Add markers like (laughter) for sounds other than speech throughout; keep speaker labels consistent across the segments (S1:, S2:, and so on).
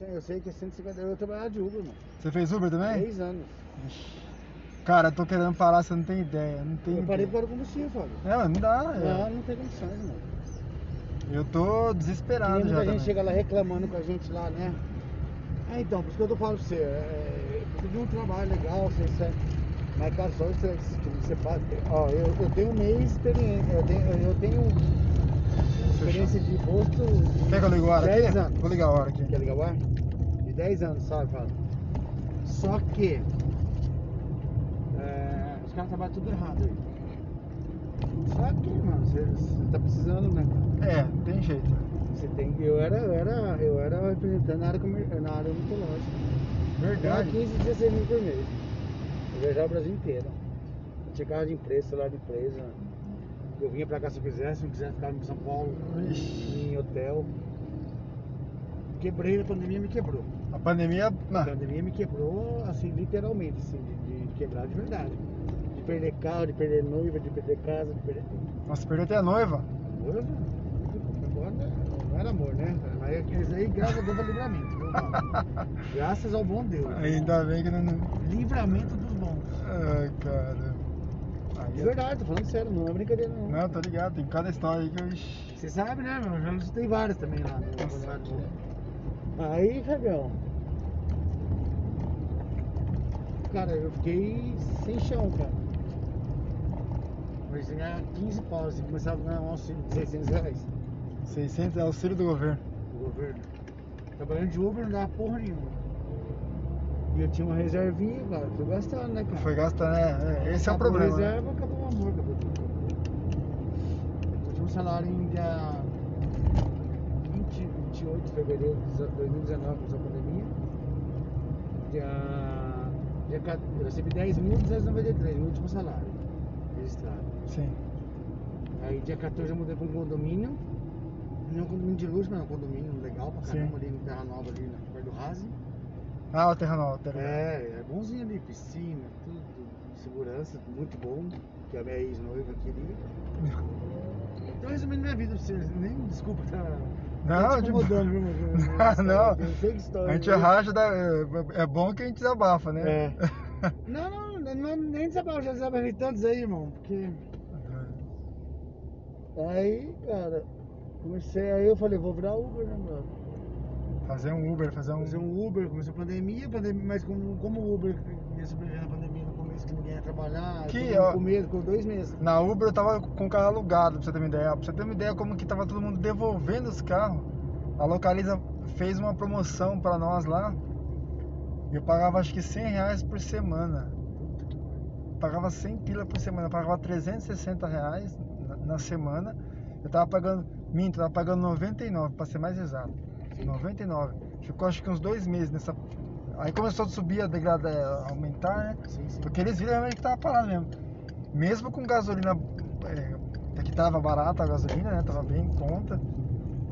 S1: Eu sei que é 150 Eu trabalhava de Uber, mano.
S2: Você fez Uber também?
S1: Três anos.
S2: Cara, eu tô querendo parar, você não tem ideia. Não tem
S1: Eu parei
S2: ideia.
S1: para o combustível, Fábio.
S2: É, mas não dá.
S1: Não, não tem condições, mano.
S2: Eu, eu tô
S1: Que
S2: desesperado
S1: nem
S2: já. tá.
S1: muita gente
S2: também.
S1: chega lá reclamando com a gente lá, né? Ah, então, por isso que eu tô falando pra você, é, eu preciso de um trabalho legal, você sabe. Mas, cara, só isso que você faz. Ó, eu, eu tenho meia experiência, eu tenho, eu tenho experiência de posto. de
S2: Quer que eu ligo o ar aqui?
S1: 10 anos.
S2: Vou ligar o ar aqui.
S1: Quer ligar o ar? De 10 anos, sabe, Fábio? Só que. é, os caras trabalham tudo errado aí. Só que, mano, você, você tá precisando, né?
S2: É, tem jeito.
S1: Você tem, eu era, eu era, eu era representante na área, comer- na área mitológica. Ganhava 15, 16 mil por mês. Eu viajava o Brasil inteiro. Eu tinha carro de empresa, celular de empresa. Eu vinha pra cá se eu quisesse, se não quisesse ficava em São Paulo,
S2: Ixi.
S1: em hotel. Quebrei, a pandemia me quebrou.
S2: A pandemia.
S1: Então, A
S2: Ah,
S1: pandemia me quebrou, assim, literalmente, assim, de, de quebrar de verdade. De perder carro, de perder noiva, de perder casa, de perder tudo.
S2: nossa, perdeu até a noiva.
S1: Amor, agora não era amor, né? Mas aqueles aí, graças a Deus, é livramento. viu, Paulo? graças ao bom Deus.
S2: Ainda bem que não.
S1: Livramento dos bons.
S2: Ai, cara.
S1: De
S2: Aí,
S1: verdade, tô falando sério, não é brincadeira não.
S2: não, tô ligado, tem cada história aí que eu. Ixi.
S1: Você sabe, né, meu? Já tem várias também lá. No...
S2: Nossa,
S1: Aí, Fabião. Cara, eu fiquei sem chão, cara. Comecei a ganhar 15 paus e começava a ganhar um auxílio de 600 reais
S2: 600 é auxílio do governo.
S1: do governo. Trabalhando de Uber não dava porra nenhuma. E eu tinha uma reservinha, cara. Fui gastando, né, cara?
S2: Foi gastar, né? É, Esse é o
S1: Acabou a Tá
S2: problema. né?
S1: Reserva, acabou o amor, acabou tudo. Eu tinha um salário em dia 20, 28 de fevereiro de 2019, começou a pandemia. Dia, dia, ca- eu recebi 10.293, meu último salário registrado.
S2: Sim.
S1: Aí dia 14 eu mudei para um condomínio. Não um condomínio de luxo, mas um condomínio legal pra
S2: Sim.
S1: caramba ali em Terra Nova, ali na- perto do Rase.
S2: Ah, o Terra Nova, Terra Nova.
S1: É, é bonzinho ali, piscina, tudo, segurança, muito bom, que é a minha ex-noiva queria. Então resumindo minha vida pra vocês, nem desculpa, tá?
S2: Não,
S1: de
S2: de
S1: mudando,
S2: (laughs)
S1: viu, meu?
S2: Não,
S1: Eu sei que história.
S2: A gente
S1: né?
S2: racha, da... é é bom que a gente desabafa, né?
S1: É. Não, não, não, não, nem desabafo, já desabafei tantos aí, irmão, porque. Aí, cara, comecei, aí eu falei, vou virar Uber, né, mano?
S2: (laughs) Fazer um Uber, fazer um.
S1: Fazer um Uber, começou a pandemia, pandemia mas como, como o Uber ia sobreviver na pandemia no começo, que ninguém ia trabalhar,
S2: Que,
S1: todo mundo
S2: ó.
S1: com medo, ficou dois meses.
S2: Na Uber eu tava com o carro alugado, pra você ter uma ideia. Pra você ter uma ideia como que tava todo mundo devolvendo os carros. A Localiza fez uma promoção pra nós lá. E eu pagava acho que 100 reais por semana. Pagava 100 pila por semana. Eu pagava 360 reais na, na semana. Eu tava pagando, minto, eu tava pagando 99, pra ser mais exato. 99. Ficou acho que uns dois meses nessa. Aí começou a subir, a degradar, a aumentar, né?
S1: Sim, sim.
S2: Porque eles viram realmente que tava parado mesmo. Mesmo com gasolina. É, até que tava barata a gasolina, né? Tava bem em conta.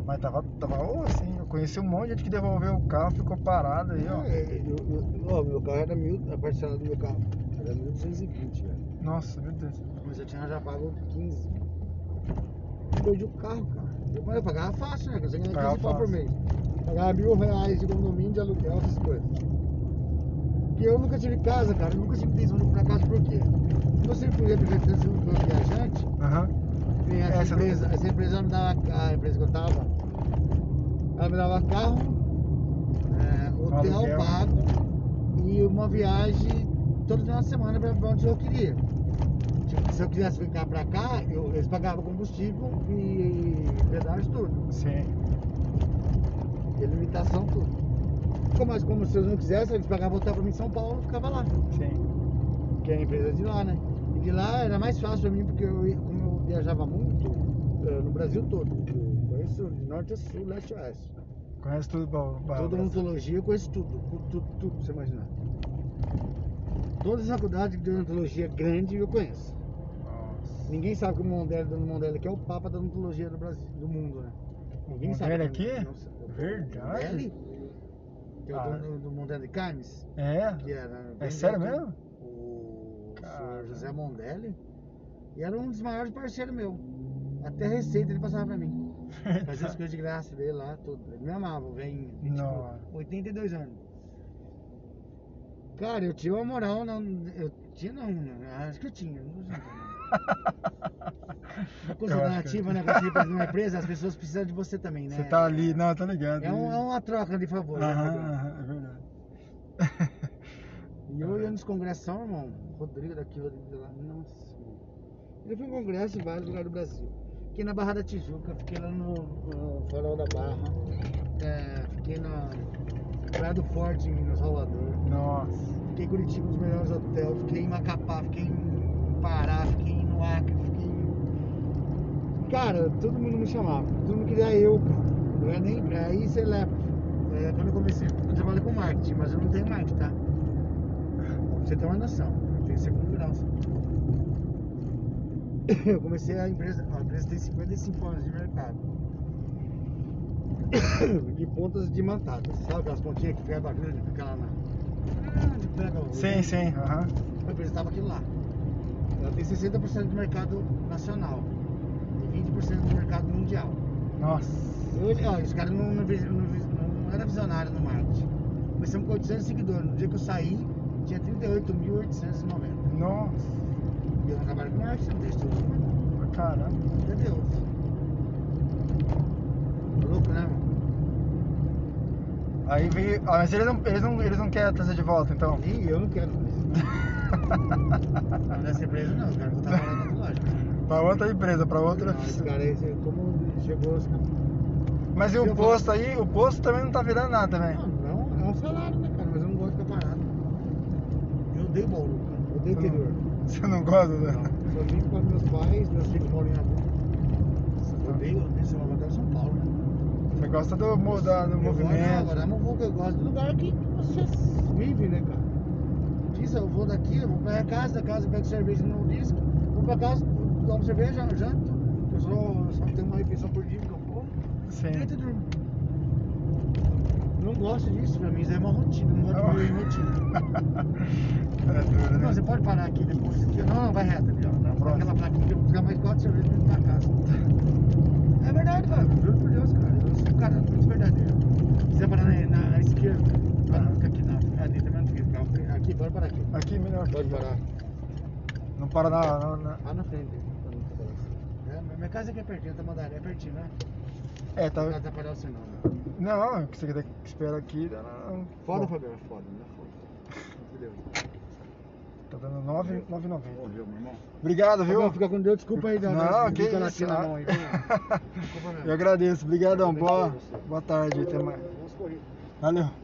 S2: Mas tava, tava ô, assim. Eu conheci um monte de gente que devolveu o carro, ficou parado aí, ó.
S1: É, eu- eu- ó, meu carro era mil, a parcela do meu carro era 1.220, velho.
S2: Nossa, meu Deus.
S1: Mas eu tinha já pago 15. Eu perdi o carro, cara. Eu, mas eu pagava fácil, né? Você ganhava
S2: Pagava
S1: 15 pau por
S2: fácil.
S1: mês. Pagava mil reais de condomínio, de aluguel, essas coisas. Porque eu nunca tive casa, cara. Eu nunca tive desvio pra casa, por quê? Se você for representante do meu viajante,
S2: Aham.
S1: vem essa,
S2: Essa não-
S1: empresa, essa empresa ela me dava, a empresa que eu tava, ela me dava carro, é, hotel
S2: Aluguel.
S1: pago e uma viagem todo final de semana pra pra onde eu queria. Tipo, se eu quisesse ficar pra cá, eu, eles pagavam combustível e pedágio tudo,
S2: Sim.
S1: e alimentação tudo. Como- Mas como se eu não quisesse, eles pagavam voltar pra mim em São Paulo, eu ficava lá,
S2: Sim.
S1: que é a empresa de lá, né? E de lá era mais fácil pra mim, porque eu, ia- como eu viajava muito, eh, no Brasil todo, eu conheço de norte a sul, leste a oeste.
S2: Conhece tudo bom.
S1: Toda odontologia eu conheço tudo, tudo, tudo, tudo que você imaginar. Todas as faculdades de odontologia grande eu conheço.
S2: Nossa.
S1: Ninguém sabe que o Mondelli, dono Mondelli aqui é o papa da odontologia do Brasil, do mundo, né? Ninguém
S2: O
S1: sabe.
S2: Mondelli
S1: quem é,
S2: aqui?
S1: não sabe.
S2: Verdade.
S1: Mondelli? Que é o
S2: Ah.
S1: dono do Mondelli Carnes, que
S2: É?
S1: era...
S2: É sério
S1: né?
S2: (laughs) mesmo?
S1: O
S2: Cara.
S1: senhor José Mondelli. E era um dos maiores parceiros meu. Até receita ele passava pra mim. Fazia
S2: (laughs)
S1: as coisas de graça dele lá, tudo. Ele me amava, o velhinho. Ele,
S2: Não.
S1: Tipo, 82 anos. Cara, eu tinha uma moral, não. Eu tinha não, não, acho que eu tinha. Não sei.
S2: (laughs)
S1: Uma coisa
S2: Eu acho que-
S1: donativa,
S2: (laughs)
S1: né? Quando você representa uma empresa, as pessoas precisam de você também, né?
S2: Você tá ali, não, tá ligado.
S1: É, um- é uma troca de favor. né?
S2: Aham, aham, é verdade. (laughs)
S1: E eu ia nos congressos, irmão. Rodrigo daqui, Rodrigo de lá. Nossa. mano. Eu fui em congresso em vários lugares do Brasil. Fiquei na Barra da Tijuca, fiquei lá no, no Farol da Barra. É, fiquei na Praia do Forte, em Salvador.
S2: Nossa.
S1: Fiquei em Curitiba, nos melhores hotéis. Fiquei em Macapá, fiquei em Pará, fiquei no Acre, fiquei em... Cara, todo mundo me chamava. Todo mundo queria eu, cara. Eu era nem... Aí, sei lá, é, quando eu comecei, eu trabalho com marketing, mas eu não tenho marketing, tá? Pra você ter uma noção. Eu tenho segundo grau. só. (laughs) Eu comecei a empresa... A empresa tem 55 anos de mercado. (coughs) De pontas desmantadas. Sabe aquelas pontinhas que fica bacana, que fica lá na... Ah, onde pega o-
S2: Sim, sim, aham.
S1: representava aquilo lá. Ela tem 60% do mercado nacional e 20% do mercado mundial.
S2: Nossa.
S1: Hoje, ó, os caras não, não, vis- não, vis- não eram visionários no marketing. Começamos com 800 seguidores. No dia que eu saí, tinha 38.890.
S2: Nossa.
S1: E eu não trabalho com marketing, não deixo tudo.
S2: Caramba.
S1: Meu Deus. É louco, né, mano?
S2: Aí veio. Ah, mas eles não, eles, não, eles não querem trazer de volta, então.
S1: E eu não quero isso. né? Não nessa empresa, não. Eu quero voltar para outra loja. né?
S2: pra outra empresa, pra outra.
S1: Não, esse cara aí, esse- como chegou os caras.
S2: Mas e
S1: Eu
S2: o
S1: falo-
S2: posto aí? O posto também não tá virando nada também.
S1: Não, não, é um salário, né, cara? Mas eu não gosto de ficar parado. Eu odeio Bauru, cara. Eu odeio
S2: Você não-
S1: interior.
S2: Você não gosta, né?
S1: Não. Só vivo com meus pais, meus filhos moram em Abu. Eu odeio, eu odeio São Paulo, São Paulo, né?
S2: Você gosta do, mo- da- do
S1: Eu gosto-
S2: um movimento.
S1: Agora, mas eu vou que eu gosto do lugar que você vive, né, cara? Diz, eu vou daqui, eu vou pra minha casa, da casa eu pego cerveja no disco, vou pra casa, tomo cerveja, janto. Eu só, eu só tenho uma refeição por dia que eu como.
S2: Sim.
S1: Deita e durma. Não gosto disso, pra mim isso é uma rotina, não gosto de viver em rotina.
S2: É duro,
S1: Não,
S2: né?
S1: você pode parar aqui depois. Não, não, vai reto ali, ó. Não,
S2: Pronto.
S1: Aquela plaquinha que eu vou pegar mais quatro cervejas dentro da casa. É verdade, cara. Juro por Deus, cara. Eu sou um cara muito verdadeiro. Se quiser parar na, na esquerda, ah, não fica aqui não, fica ali também não fica. Não, fica aqui, bora parar aqui.
S2: Aqui é melhor.
S1: Pode parar.
S2: Não para na. na- na-
S1: Lá na frente. pra não ficar parado. É, mas minha casa aqui é pertinho, tá mandando, é pertinho, né?
S2: É, tá.
S1: Não dá pra atrapalhar o sinal, né?
S2: Não, que você tem que esperar aqui. dá- não-
S1: Foda,
S2: Bom,
S1: Fabiano, é foda, não é foda. Entendeu?
S2: Tá dando 9,90.
S1: Morreu, meu irmão.
S2: Obrigado, viu?
S1: Tá Fica com Deus, desculpa aí,
S2: Não,
S1: Dona.
S2: que
S1: Fica
S2: isso,
S1: na
S2: não.
S1: mão aí, (laughs) viu? Desculpa mesmo.
S2: Eu agradeço. Obrigadão.
S1: Obrigado
S2: Boa,
S1: você.
S2: boa tarde. Até mais.
S1: Vamos correr.
S2: Valeu.